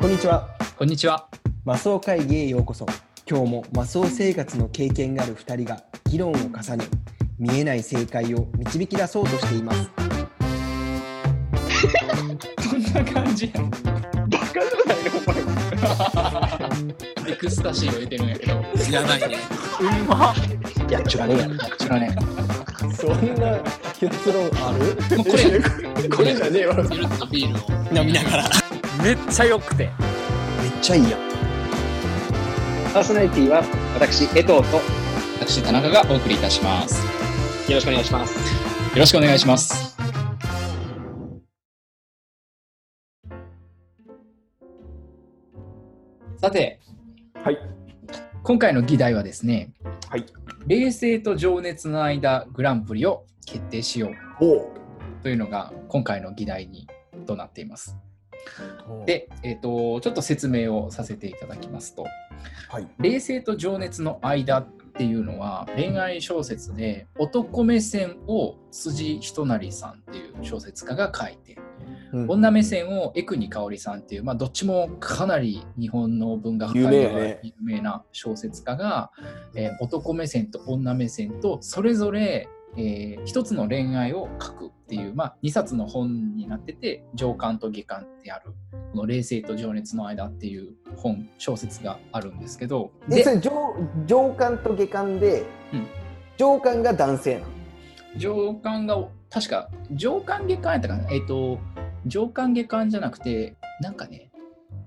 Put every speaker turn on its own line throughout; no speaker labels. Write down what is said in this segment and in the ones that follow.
こんにちは。
こんにちは。
マスオ会議へようこそ。今日もマスオ生活の経験がある2人が議論を重ね、見えない正解を導き出そうとしています。
こんな感じやん。エクスタシーを入れてるんやけど。
いらないね。
やっちゅらねや。
知らね
そんな結論ある
もうこれ
これじゃねえわ。
え。ゆるっとビールを。
飲みながら。めっちゃ良くて。
めっちゃいいやん。
パーソナリティは私、江藤とよ
私、田中がお送りいたします。よ
ろしくお願いします。
ろしくお願いします。さて、
はい。
今回の議題はですね、
はい。
冷静と情熱の間グランプリを決定しよう
おう
というのが今回の議題にとなっています。で、えー、とちょっと説明をさせていただきますと
はい。
冷静と情熱の間っていうのは恋愛小説で男目線を辻仁成さんっていう小説家が書いて女目線を江国香織さんっていう、まあ、どっちもかなり日本の文学界
有名
で
や
は
ね
有名な小説家が、えー男目線と女目線とそれぞれ、えー一つの恋愛を書くっていう、まあ、2冊の本になってて「情感と下巻」ってあるこの「冷静と情熱の間」っていう本小説があるんですけど
で、
で
それ上上官と下官で、
うん
上官が男性なの。
上官が確か上官下官やったかなえっ、と上官下官じゃなくてなんかね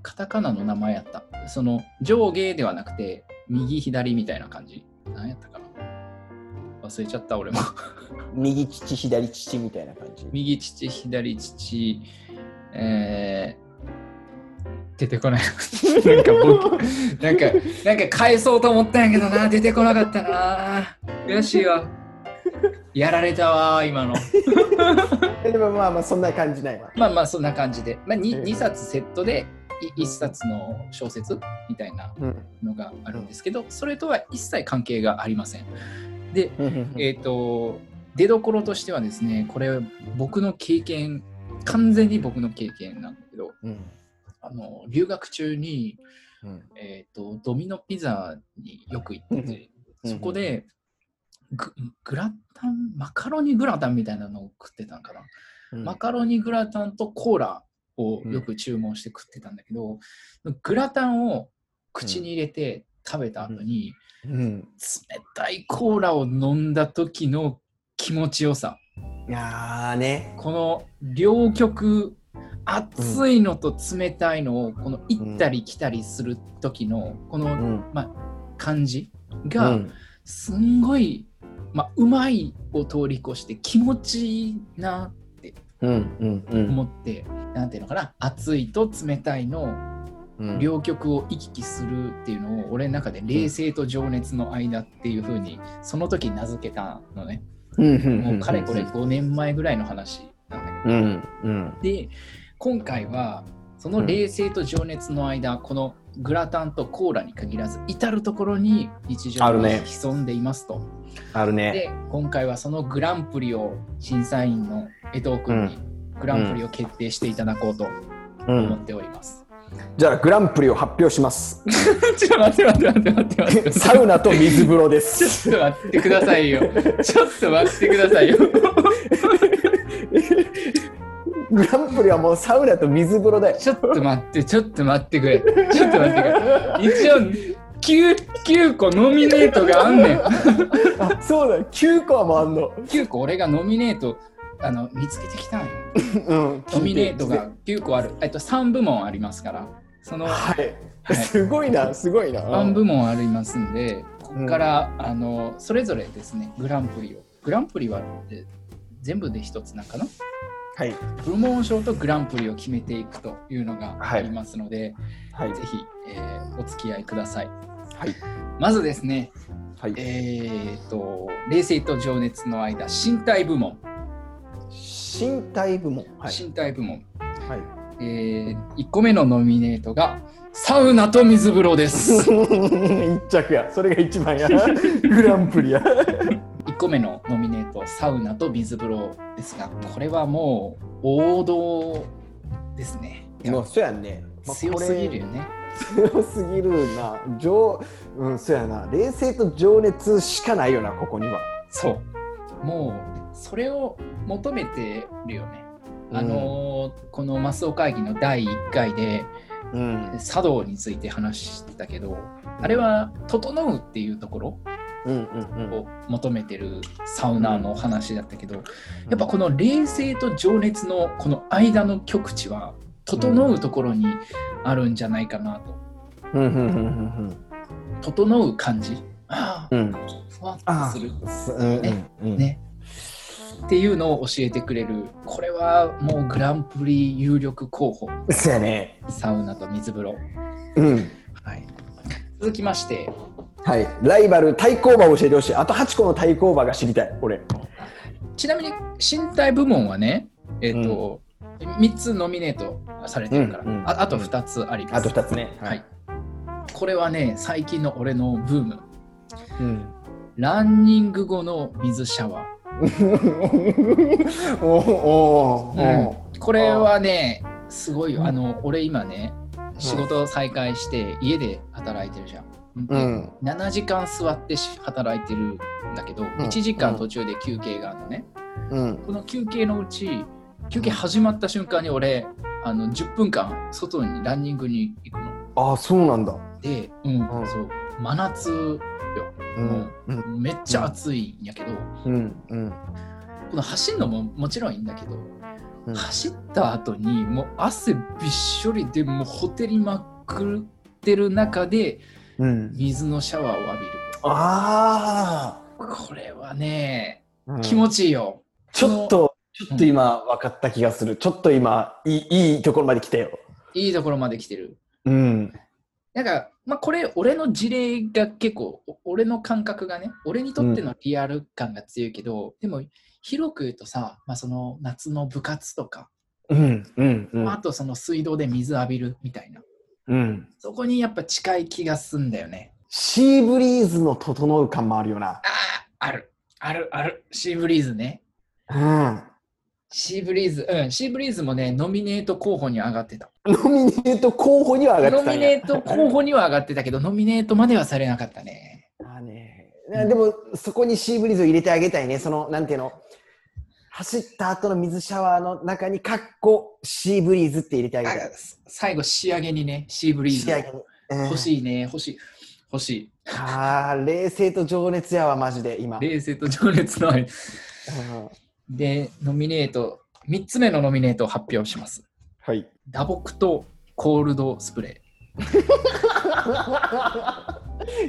カタカナの名前やったその上下ではなくて右左みたいな感じなんやったかな忘れちゃった俺も
右父左父みたいな感じ。
右父左父えー出てこない なんか僕なんかなんか返そうと思ったんやけどな出てこなかったな悔しいわやられたわ今の
でもまあまあそんな感じないわ。
まあまあそんな感じで、まあ、
ええ
2, 二冊セットで1冊の小説みたいな
うん。
のがあるんですけどそれとは一切関係がありません。で、えっと出どころとしてはですねこれ僕の経験完全に僕の経験なんだけど
うん
あの留学中に、
うん
えっとドミノピザによく行ってて
うん
そこでググラタンマカロニグラタンみたいなのを食ってたんかな。
うん
マカロニグラタンとコーラをよく注文して食ってたんだけど、グラタンを口に入れて食べた後に、
うん。
冷たいコーラを飲んだ時の気持ちよさ
ああね。
この両極熱いのと冷たいのをこの行ったり来たりする時のこの
ん。
感じが、すんごい、まあ、うまいを通り越して気持ちいいな
うんうんうん
思って、なんていうのかな熱いと冷たいの
うん。
両極を行き来するっていうのを俺の中で冷静と情熱の間っていう風にその時名付けたのねも
も
うかれこれ。5年前ぐらいの話なんだ
うんうん
けどで今回はその冷静と情熱の間、このグラタンとコーラに限らず至る所に日常
ある
が
ね
潜んでいますと、
あるね。
で今回はそのグランプリを審査員の江藤君にグランプリを決定していただこうと
う
思っ
ん。
ております。
じゃあグランプリを発表します。
ちょっと待って待って待っ て待って待って。
サウナと水風呂です。
ちょっと待ってくださいよ。ちょっと待ってくださいよ。
グランプリはもうサウナと水風呂だよ。
ちょっと待って、ちょっと待ってくれ。ちょっと待ってくれ。一応、9、九個ノミネートがあんねん。
あそうだよ。九個はもうあんの。
9個俺がノミネート、あの、見つけてきたんよ。
うん。
ノミネートが9個ある。えっと、3部門ありますから。その、は
はい。
い、
すごいな、すごいな。
3部門ありますんで、ここから、あの、それぞれですね、グランプリを。グランプリは、え全部で一つなんかな
はい。
部門賞とグランプリを決めていくというのがありますので、
はい。
ぜひ、えーお付き合いください。
はい。
まずですね、
はい。
えー、と冷静と情熱の間身体部門、
身体部門。はい。
身体部門、
はい。
え1個目のノミネートがサウナと水風呂 です。
一着や。それが一番や。グランプリや。
1個目のノミネートサウナと水風呂ですがこれはもう王道ですね。いや
まあ、そうやんね。まあ
強すぎるよ。ね。
これ強すぎるな。情、うん、そうやな。冷静と情熱しかないよな、ここには。
そう。もう、それを求めてるよね。あのーこのマスオ会議の第1回で
うん、うん、
茶道について話してたけどあれは「整う」っていうところ
うん、うん、うん。
を求めてるサウナーの話だったけどやっぱこの冷静と情熱のこの間の極地は整うところにあるんじゃないかなと
うん、うん、うん、うん、
整う感じあ
うん。
あふわっ
あ
とする
あ、すうん、うん、うん。
ねっていうのを教えてくれるこれはもうグランプリ有力候補
そうやね。
サウナと水風呂
うん。
はい、続きまして
はい、ライバル対抗馬を教えてほしい。あと8個の対抗馬が知りたい、俺。
ちなみに身体部門はねえっ、と、3つノミネートされてるから、
うんうん
ああと2つあります、
あと2つね。
はい。これはね最近の俺のブーム
うん。
ランニング後の水シャワ
おおお
ー、
お。
これはねすごいよ
うん
あの俺今ね仕事を再開して家で働いてるじゃん、
うん。
7時間座ってし働いてるんだけど、1時間途中で休憩があるのね、
うん。
この休憩のうち休憩始まった瞬間に俺あの10分間外にランニングに行くの
ああ、そうなんだ。
で、うん
うん
そう真夏
うん。うん。
めっちゃ暑いんやけど、
うん。うん。
この走るのももちろんいいんだけど、
うん
走った後にもう汗びっしょりでもうほてりまくってる中で
うん。
水のシャワーを浴びる
あ
これはね
あ。
気持ちいいよ、
ちょっと、ちょっと今分かった気がする。ちょっと今、いい、いいところまで来たよ。
いいところまで来てる
うん。
なんか、まあ、これ、俺の事例が結構、お俺の感覚がね、俺にとってのリアル感が強いけど、でも、広く言うとさ、まあ、その夏の部活とか、
うん。うん。う
あ
ん。
とその水道で水浴びるみたいな、
うん。
そこにやっぱ近い気がすんだよね。
シーブリーズの整う感もあるよな。
ある、ある、ある、シーブリーズね。
うん。
シーブリーズ、うん、シーブリーズもね、ノミネート候補に上がってた。
ノミネート候補には上がっ
ノ
てた
ミ
ん
ネ
や
ート候補には上がってたけど、ノミネートまではされなかったね。
まあね、でもそこにシーブリーズを入れてあげたいね、そのなんていうの、走った後の水シャワーの中に、かっこシーブリーズって入れてあげ
あ
たい。
最後、仕上げにね、シーブリー
仕
ズを
上げに。うん
欲しいね、欲しい、欲しい。
あー冷静と情熱やわ、マジで今。
冷静と情熱の愛。
うん
で、ノミネート、3つ目のノミネートを発表します。
はい。
打撲とコールドスプレ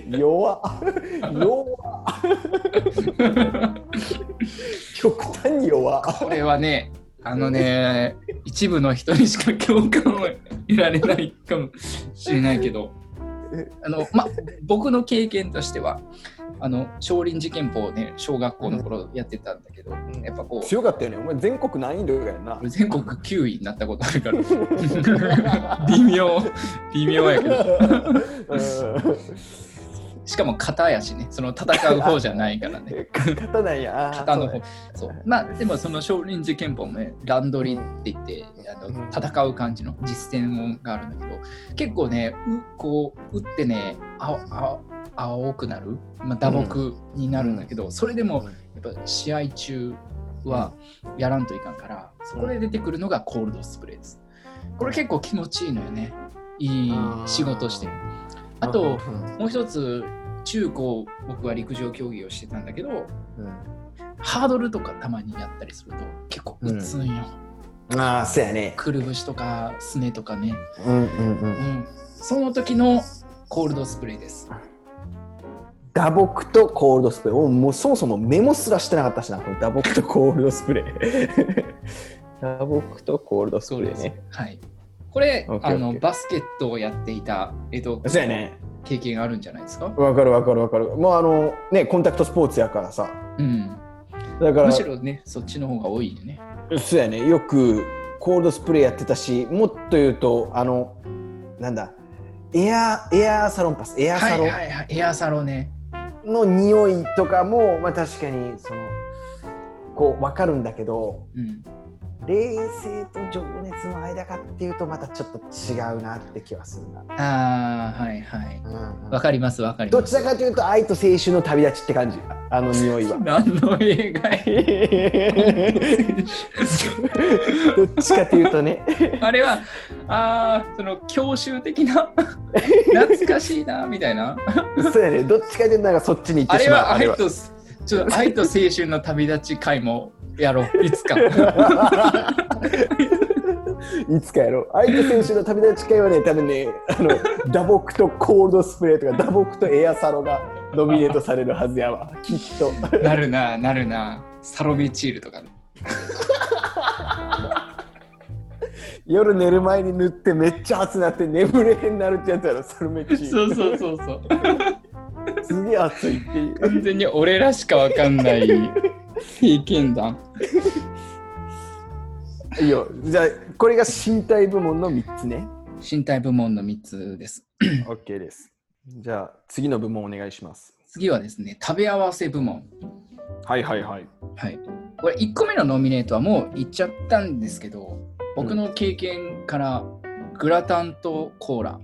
弱っ弱っ
ー。
極端に弱っ
これはね、あのね、一部の人にしか共感を得られないかもしれないけど、あのま、僕の経験としては、あの少林寺拳法をね、小学校の頃やってたんだけど、やっぱこう、
強かったよね、お前全国何位とかやんな
俺全国9位になったことあるから 微妙微妙やけどしかも片やしねその戦う方じゃないから ね
肩なんや。
片の方そうまあでもその少林寺拳法もね乱取りって言ってあ
うん
の戦う感じの実践があるんだけど結構ねうこう打ってねああ青くなる、まあ、打撲になるんだけど、それでもやっぱ試合中はやらんといかんから、そこで出てくるのがコールドスプレーです。これ結構気持ちいいのよね。いい仕事してる。あと、もう一つ、中高、僕は陸上競技をしてたんだけど、ハードルとかたまにやったりすると結構打つんよ。
ああ、そうやね。
くるぶしとかすねとかね。
うんうんう。
うんん。その時のコールドスプレーです。
打撲とコールドスプレー。おもうそもそもメモすらしてなかったしな、この打撲とコールドスプレー。 打撲とコールドスプレーね。
はい。これ、
オッケー
あ
オッ
の、
ケー
バスケットをやっていた、えっと、
そうやね。
経験があるんじゃないですか
わかるわかるわかる。まああの、ね、コンタクトスポーツやからさ。
うん。
だから、
むしろね、そっちの方が多いよね。
そうやね。よくコールドスプレーやってたし、もっと言うと、あの、なんだ、エアー、エアーサロンパス、エアー
は
サロン。
いはいはい、エアサロね。
の匂いとかも、まあ、確かにそのこう分かるんだけど
うん。
冷静と情熱の間かっていうとまたちょっと違うなって気はするな。
ああはいはい
うんうん
わかりますわかり
ど
ま
ち
す。
らかというと愛と青春の旅立ちって感じあの匂いは
何の映画 や
どっちかというとね。
あれはあーその教習的 な懐かしいなみたいな
そうやね。どっちかというとなんかそっちに行
あ
って
れ
しまう。
は愛とちょっと愛と青春の旅立ち会もやろういつか
いつかやろう。相手選手の旅立ち会はね、多分ね、あの、打撲とコールドスプレーとか、打撲とエアサロがノミネートされるはずやわ、きっと。
なるななるなサロビチールとか
夜寝る前に塗ってめっちゃ熱なって眠れへんなるってやつやろ、サルメチー。
そうそうそうそう
すげえ熱いっていう。
完全に俺らしかわかんない経験談
いいよ。じゃあ、これが身体部門の3つね。
身体部門の3つです。
OK です。じゃあ、次の部門お願いします。
次はですね、食べ合わせ部門。
はいはいはい。
はい。これ1個目のノミネートはもう言っちゃったんですけど、僕の経験からグラタンとコーラ、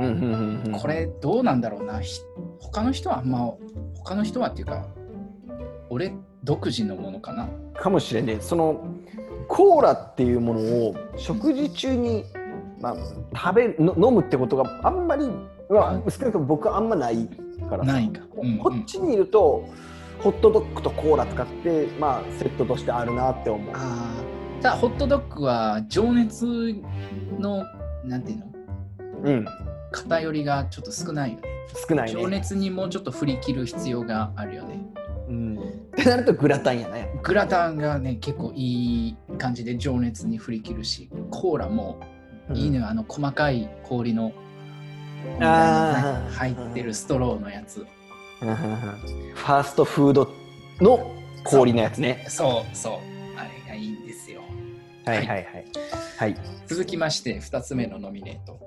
うんうんうんうん
これどうなんだろうな。ひ他の人はあんま、他の人はっていうか、俺独自のものかな。
かもしれないそのコーラっていうものを食事中に、まあ、食べの飲むってことがあんまり、まあ、少なくとも僕はあんまないから
ないか。うんうん
こっちにいるとホットドッグとコーラ使って、まあ、セットとしてあるなって思う
あーただホットドッグは情熱の、なんていうの
うん
偏りがちょっと少ないよね。
少ない
情
ね、
熱にもうちょっと振り切る必要があるよね。
うん、ってなるとグラタンやな、ね、
グラタンがね結構いい感じで情熱に振り切るしコーラもいいのよ、あの細かい氷の
あー
入ってるストローのやつ
うんうんうんファーストフードの氷のやつね
そうそうあれがいいんですよ
はいはいはいはい
続きまして2つ目のノミネート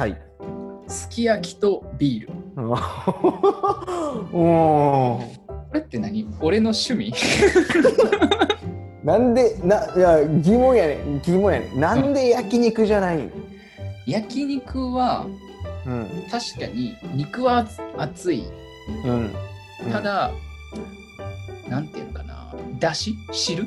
はい
すき焼きとビール
うん おー
これって何俺の趣味
なんでないや疑問やねん疑問やねんなんで焼肉じゃないん、
焼肉は
うん
確かに肉は熱い
うん、
ただ、なんていうのかなだし汁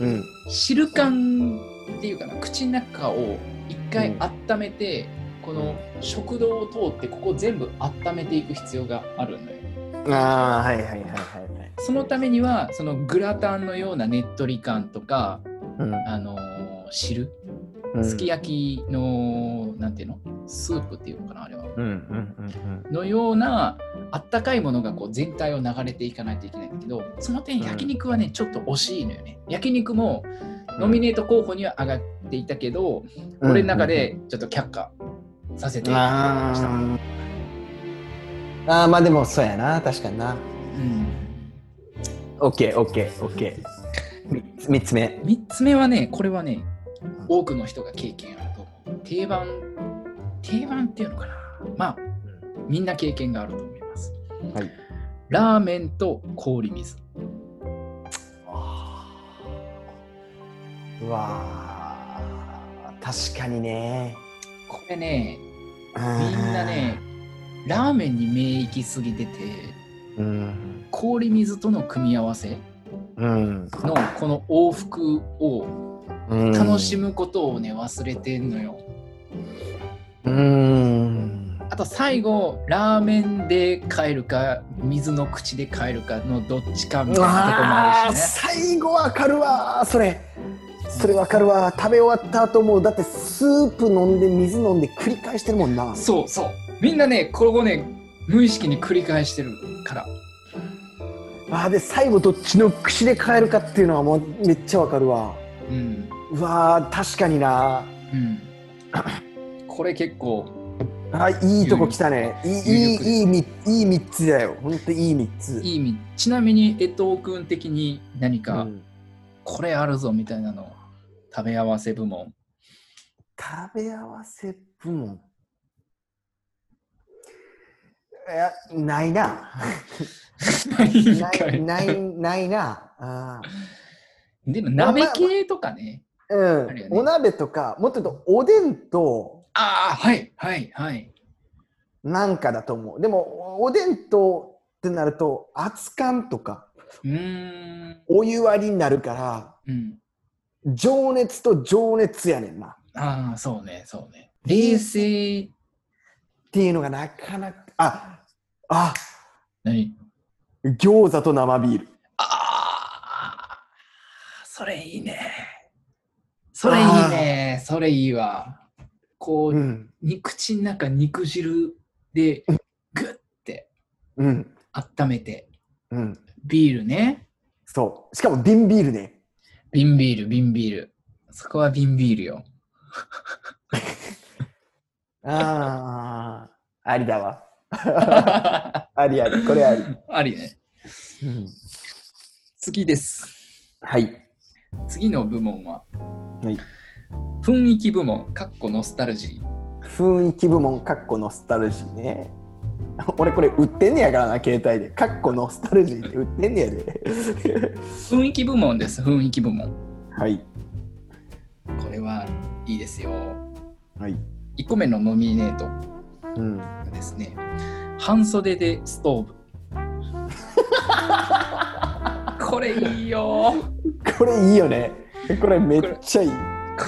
うん
汁感っていうかな口の中を一回温めて、この食道を通ってここ全部温めていく必要があるんだよ
ああはいはいはいはいはい、
そのためにはそのグラタンのようなねっとり感とか
うん
あのー汁
うん、
すき焼きのなんていうのスープっていうのかなあれは
うんうんうん
のようなあったかいものがこう全体を流れていかないといけないんだけどその点
うん
焼肉はね、ちょっと惜しいのよね焼肉も
うん
ノミネート候補には上がっていたけど、
うん
俺の中でちょっと却下させていただきました、
あーあーまあでもそうやな確かにな
うん、
OKOKOK3 三つ目
3つ目はねこれはね多くの人が経験あると思う定番定番っていうのかなまあみんな経験があると思います
はい
ラーメンと氷水
うわー確かにね
これね
み
みんなねラーメンに目行きすぎてて
うん
氷水との組み合わせ
うん、
のこの往復を
うん、
楽しむことをね忘れてんのよ
うん
あと最後ラーメンで帰るか水の口で帰るかのどっちかみたいなとこもあ
あ
る
ー
しね
最後わかるわーそれそれわかるわー食べ終わった後もうだってスープ飲んで水飲んで繰り返してるもんな
そうそうみんなねこれをね無意識に繰り返してるから
あーで最後どっちの口で帰るかっていうのはもうめっちゃわかるわ
うん
うわー確かにな
うん これ結構
あーいいとこ来たねいいい
有力
いいいみいい三つだよほんといい三つ
いい意味ちなみに江藤君的に何
う
か
ん
これあるぞみたいなの食べ合わせ部門
食べ合わせ部門いやないな
ないん
な
か
い
い
ないないなあー
でも鍋系とかね、
うん
あるよね
お鍋とかもっと言うとおでんと
ああ、はい、はい、はい。
なんかだと思うでもおおでんとってなると熱燗とか
うーん。
お湯割りになるから
うん。
情熱と情熱やねんなっ
ああ、そうね、そうね。冷静。
ていうのがなかなかああ
何
餃子と生ビール
ああ、それいいね。それいいね。それいいわ。こう、
うん
に口の中肉汁でグッて
うん
温めて、
うん
ビールね。
そうしかも瓶ビールね
瓶ビール、瓶ビール。そこは瓶ビー ルよ。
ああありだわ
あ
ありありこれあり、
りね。
うん
次です。
はい
次の部門は、
はい
雰囲気部門、かっこノスタルジー。
雰囲気部門かっこノスタルジーね俺これ売ってんねやからな携帯でかっこノスタルジーって売ってんねやで
雰囲気部門です、雰囲気部門。
はい
これはいいですよ。
はい
1個目のノミネート
うん
がですね、半袖でストー ブ。これいいよ。
これいいよねこれめっちゃいい、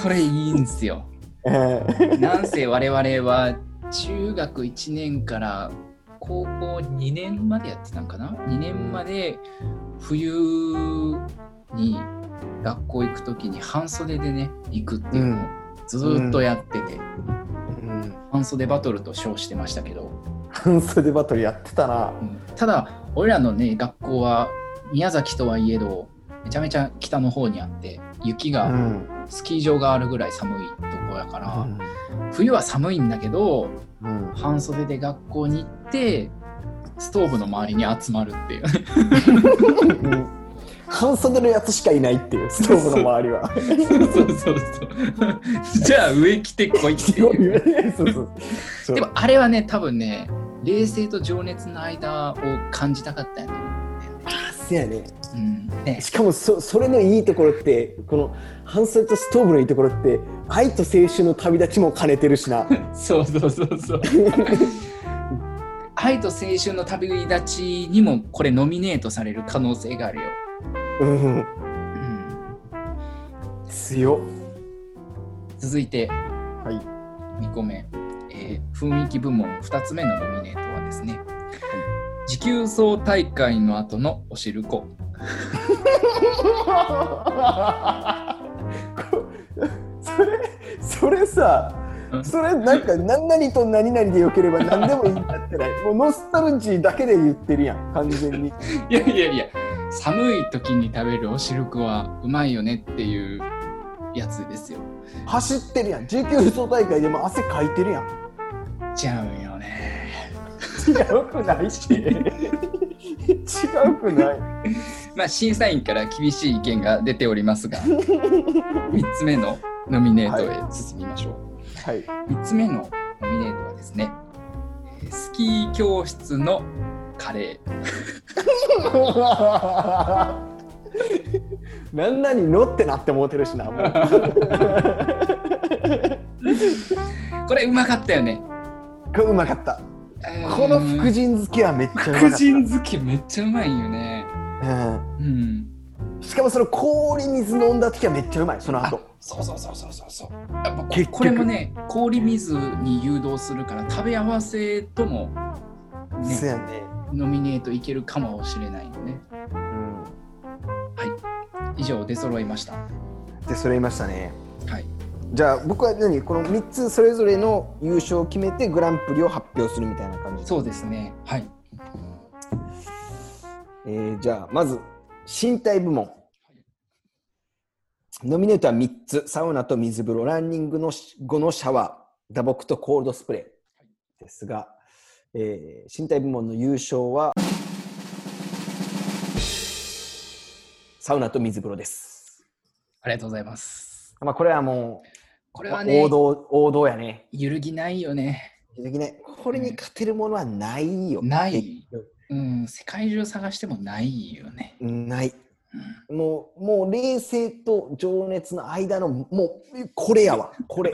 これいいんですよ。
えー
なんせ我々は中学1年から高校2年までやってたんかな2年まで冬に学校行く時に半袖でね行くっていうのをずーっとやってて、
うん
半袖バトルと称してましたけど、
半袖バトルやってたな
うんただ俺らのね学校は宮崎とはいえどめちゃめちゃ北の方にあって雪
う
が
ん
スキー場があるぐらい寒いとこやか
う
ら、
ん
冬は寒いんだけど
うん
半袖で学校に行ってストーブの周りに集まるって いう
うん半袖のやつしかいないっていうストーブの周りは
そうそうそうじゃあ上着てこいって
すごい
いう
よねそうそう そう
でもあれはね多分ね冷静と情熱の間を感じたかったよね,、
あそうやね
うん、ね
しかもそそれのいいところってこの半袖とストーブのいいところって愛と青春の旅立ちも兼ねてるしな
そうそうそうそう愛と青春の旅立ちにもこれノミネートされる可能性があるよ、
うん
うん、
強っ
続いて
はい
2個目、えー雰囲気部門2つ目のノミネートはですね持久走大会の後のおしるこ
それそれさ
うん
それなんか何々と何々でよければ何でもいいんだってないもうノスタルジーだけで言ってるやん完全に
いやいやいや寒い時に食べるおしるこはうまいよねっていうやつですよ
走ってるやん19嘘大会でも汗かいてるやん
ちゃうよね
違うくないし 違うくない
まあ審査員から厳しい意見が出ておりますが3つ目のノミネートへ進みましょ
はい、
う3つ目のノミネートはですねえースキー教室のカレー
何々のってなって思うてるしなもう
これうまかったよね
これうまかったこの福神漬けはめっちゃうまかった
福神漬けめっちゃうまいよね
う
うん
ん、しかもその氷水飲んだ時はめっちゃうまいその
あ
後
そうそうそうそうそうそうやっぱこ
結局
これもね氷水に誘導するから食べ合わせとも、
そう
ね、
やね、
ノミネートいけるかもしれないよね
うん、
以上出揃いました
でそれ言いましたね
はい
じゃあ僕は何この3つそれぞれの優勝を決めてグランプリを発表するみたいな感じ
そうですねはい
えーじゃあまず身体部門ノミネートは3つサウナと水風呂ランニングのし後のシャワー打撲とコールドスプレーですが、えー身体部門の優勝はサウナと水風呂です、
ありがとうございます
まあ、これはも
こ
う、
れはね
王道王道やね
揺るぎないよね
できないこれに勝てるものはないよ、
ないうん世界中探してもないよね
ないもう、もう冷静と情熱の間の、もう、これやわ、これ。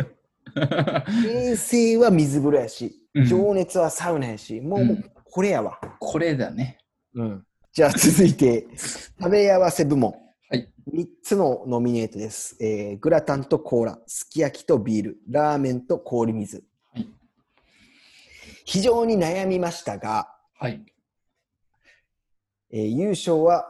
冷静は水風呂やし
うん、
情熱はサウナやし、もう、
うん
もうこれやわ。
これだね。
じゃあ続いて、食べ合わせ部門。
はい
3つのノミネートです、えーグラタンとコーラ、すき焼きとビール、ラーメンと氷水。
はい
非常に悩みましたが、
はい。
えー優勝は、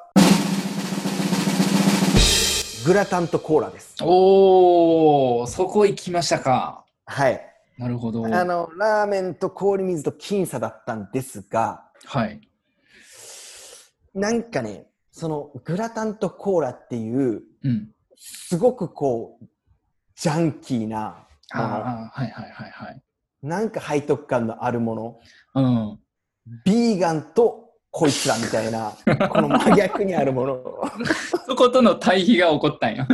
グラタンとコーラです。
おー、そこ行きましたか。
はい。
なるほど。
あの、ラーメンと氷水と僅差だったんですが、
はい。
なんかね、そのグラタンとコーラっていう、
うん。
すごくこう、ジャンキーな、
ああー、はいはいはいはい。
なんか背徳感のあるもの、
うん。
ビーガンとこいつらみたいな、この真逆にあるもの、
そことの対比が起こったんや。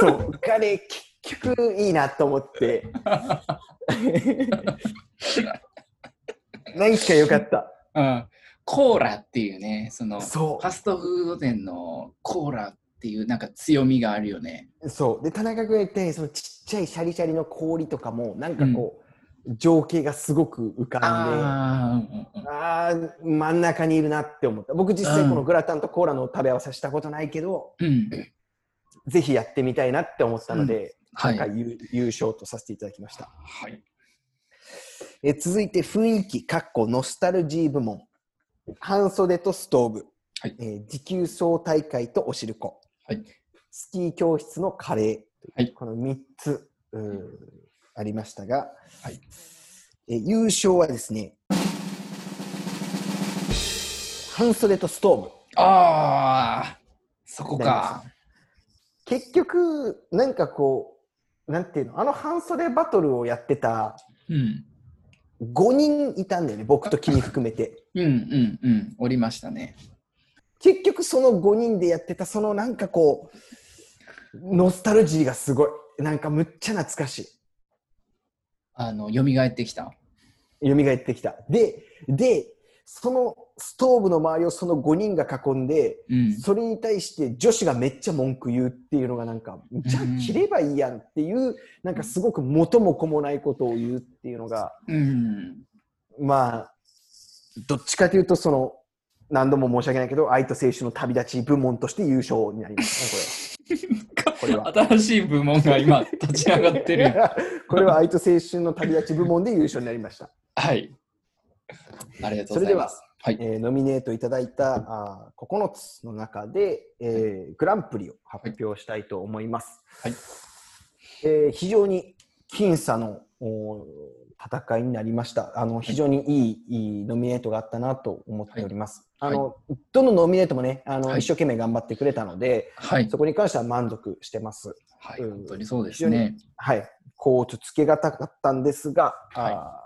そう、がね、結局いいなと思って。 何か良かった。
うん。コーラっていうね、その、フ
そ
ァストフード店のコーラっていうなんか強みがあるよね。
う、そう。で、田中君が言ったように、そのちっちゃいシャリシャリの氷とかも、なんかこう、情景がすごく浮かんで。
ああ、うんうんうん。
あー真ん中にいるなって思った僕実際このグラタンとコーラの食べ合わせしたことないけど、
うん、
ぜひやってみたいなって思ったので、
はい。
今回優優勝とさせていただきました
はい。
えー続いて雰囲気かっこノスタルジー部門半袖とストーブ、
はい
えー持久走大会とおしるこ、
はい
スキー教室のカレー、
はい
この3つうーありましたが、
はい
えー優勝はですね半袖とストーブ
ああ、そこか。
結局なんかこうなんていうのあの半袖バトルをやってた
うん。
5人いたんだよね僕と君含めて。
うんうんうん。おりましたね。
結局その5人でやってたそのなんかこうノスタルジーがすごいなんかむっちゃ懐かし
あの、蘇ってきた。
い蘇ってきたででそのストーブの周りをその5人が囲んで
うん。
それに対して女子がめっちゃ文句言うっていうのがなんかじゃあ切ればいいやんっていうなんかすごく元も子もないことを言うっていうのが
うん。
まあどっちかというとその何度も申し訳ないけど愛と青春の旅立ち部門として優勝になりましたねこれは。これは
新しい部門が今、立ち上がってるやん。
これは愛と青春の旅立ち部門で優勝になりました。
はい。ありがとうございます。はい。
えーノミネートいただいたあー9つの中で、えーグランプリを発表したいと思います。
はい
えー非常に僅差のおー戦いになりました。あの非常にいい,、いいノミネートがあったなと思っております。
はい
あのどのノミネートもねあの、
はい
一生懸命頑張ってくれたので、
はい。
そこに関しては満足してます。
はい。
うん
本当にそうですね。
はい、こうちょっとつけがたかったんですが、
はい
あ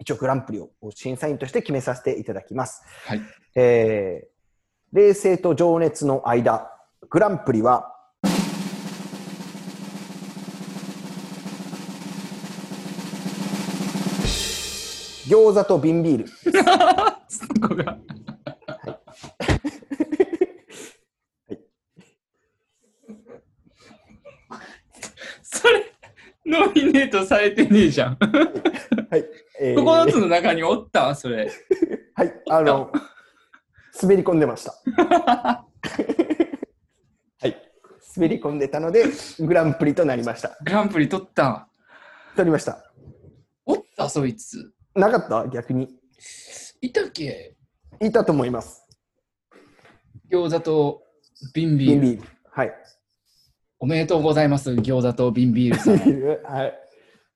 ー一応グランプリを審査員として決めさせていただきます。
はい。
えー、冷静と情熱の間、グランプリは、餃子と瓶ビール。
そこが。それ、ノミネートされてねえじゃん。
はい。えー
9つの中におったそれ。
はい、あの、滑り込んでま した。はい、滑り込んでたので、グランプリとなりました。
グランプリ取った。
取りました。
おった、そいつ。
なかった逆に。
いたっけ
いたと思います。
餃子と瓶ビ
ビ
ール。
ビール。はい。
おめでとうございます、餃子と瓶ビールさん。
はい。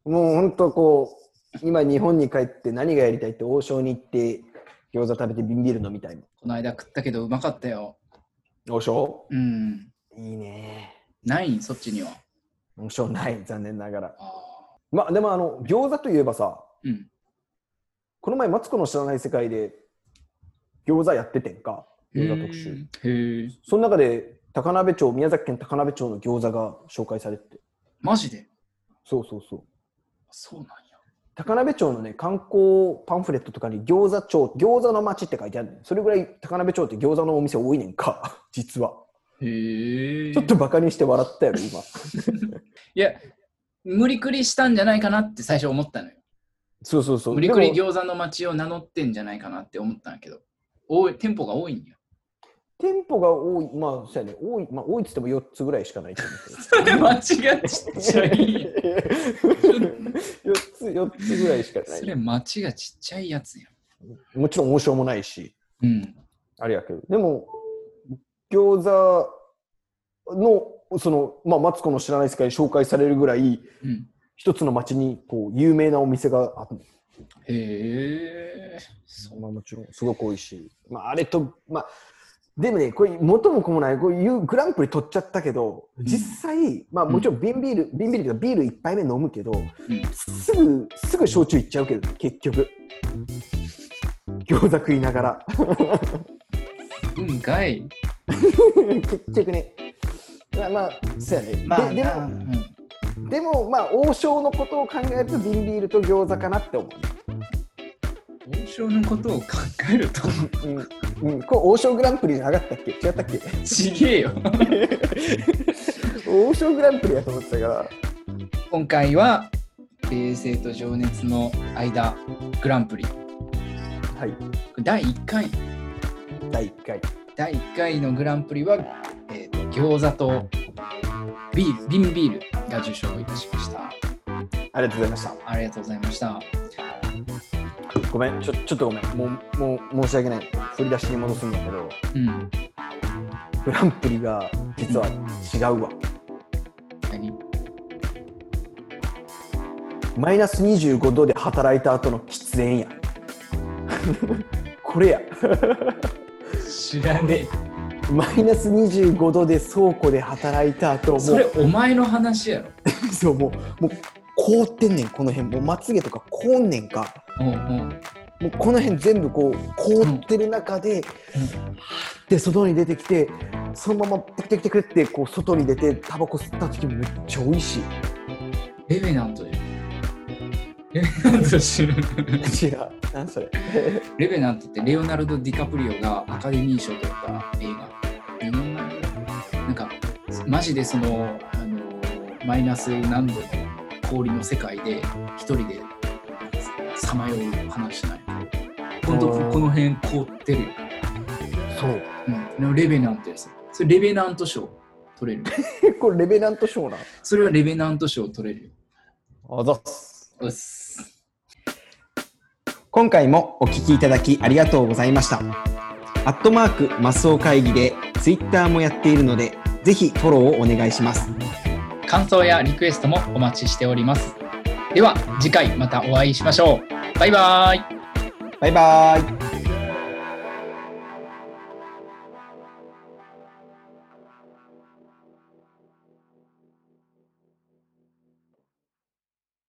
もう本当こう、今日本に帰って何がやりたいって王将に行って、餃子食べてビンビール飲みたいも
この間食ったけど、うまかったよ。
ん。王将
うん。
いいね。
ないそっちには。
王将ない、残念ながら。
ああ。
まあでもあの、餃子といえばさ、
うん。
この前、マツコの知らない世界で餃子やっててんか、餃子特集。
へえ。
その中で、高鍋町、宮崎県高鍋町の餃子が紹介されてて、
マジで
そうそうそう。
そうなんや。
高鍋町のね、観光パンフレットとかに餃子町、餃子の町って書いてあるねんそれぐらい高鍋町って餃子のお店多いねんか、実は。
へえ。
ちょっとバカにして笑ったよね、今。
いや、無理くりしたんじゃないかなって最初思ったのよ。
そうそうそう。
無理くり
でも
餃子の街を名乗ってんじゃないかなって思ったんだけど、多い店舗が多いん や。
店舗が多い、まあ、そうやね、多い、まあ、多いっつっても4つぐらいしかないと思うけど。
それ間違っちっちゃいやん。
4つ、四つぐらいしかな
そ
い。
れ街がちっちゃいやつや
もちろん王将もないし、
ん。うん。
あれやけど。でも、餃子の、その、まあ、マツコの知らない世界に紹介されるぐらい、
うん、
一つの町に、こう、有名なお店があって、
へえ。そう
まあ、もちろん、すごく美味しい。まあ、あれと、まあ、でもね、これ、元も子もない、こういうグランプリ取っちゃったけど、実際、まあ、もちろん瓶ビール、瓶ビールというかビール一杯目飲むけど、
うん
すぐ、すぐ焼酎いっちゃうけど、結局。餃子食いながら。
うんかい。
結局ね。まあ、まあ、そうやね。
まあ
でで
な
も、
うん
でも、まあ、王将のことを考えると、瓶ビールと餃子かなって思
王将のことを考えると
う。うん、うん、これ王将グランプリじゃなかったっけ違ったっ け
ちげえよ。
王将グランプリやと思ってたから。
今回は冷静と情熱の間グランプリ
はい、
第1回
第1回。
第1回のグランプリは、えーと餃子とビール瓶ビールが受賞いたしました
ありがとうございまし
ありがとうございました
た。ごめん、ちょちょっとごめん。もう、もう申し訳ない。振り出しに戻すんだけど、
うん
グランプリが実は違うわ。
何
マイナス25度で働いた後の喫煙や。 これや。
知らね
マイナス25度で倉庫で働いた後もう
え それお前の話やろ
そうもうもう凍ってんねんこの辺もうまつげとか凍んねんか
うんうん
もうこの辺全部こう凍ってる中で、で外に出てきてそのままテクテクテクってこう外に出てタバコ吸った時めっちゃ美味しい。
レベナントじゃんレベナント知らない
違う。何それ。
レベナントってレオナルド・ディカプリオがアカデミー賞を取った映画。2年前ぐらいなんか、マジでその、あのマイナス何度の氷の世界で、一人でさまよう話ない。本当
うん
この辺凍ってるよ。
そう。
うん、レベナントやつ。それレベナント賞取れる。
結構レベナント賞な。
それはレベナント賞取れるよ。
あざっす。
うっす。
今回もお聞きいただきありがとうございました。アットマークマスオ会議で Twitter もやっているので、ぜひフォローをお願いします。
感想やリクエストもお待ちしております。では、次回またお会いしましょう。バイバイ。
バイバーイ。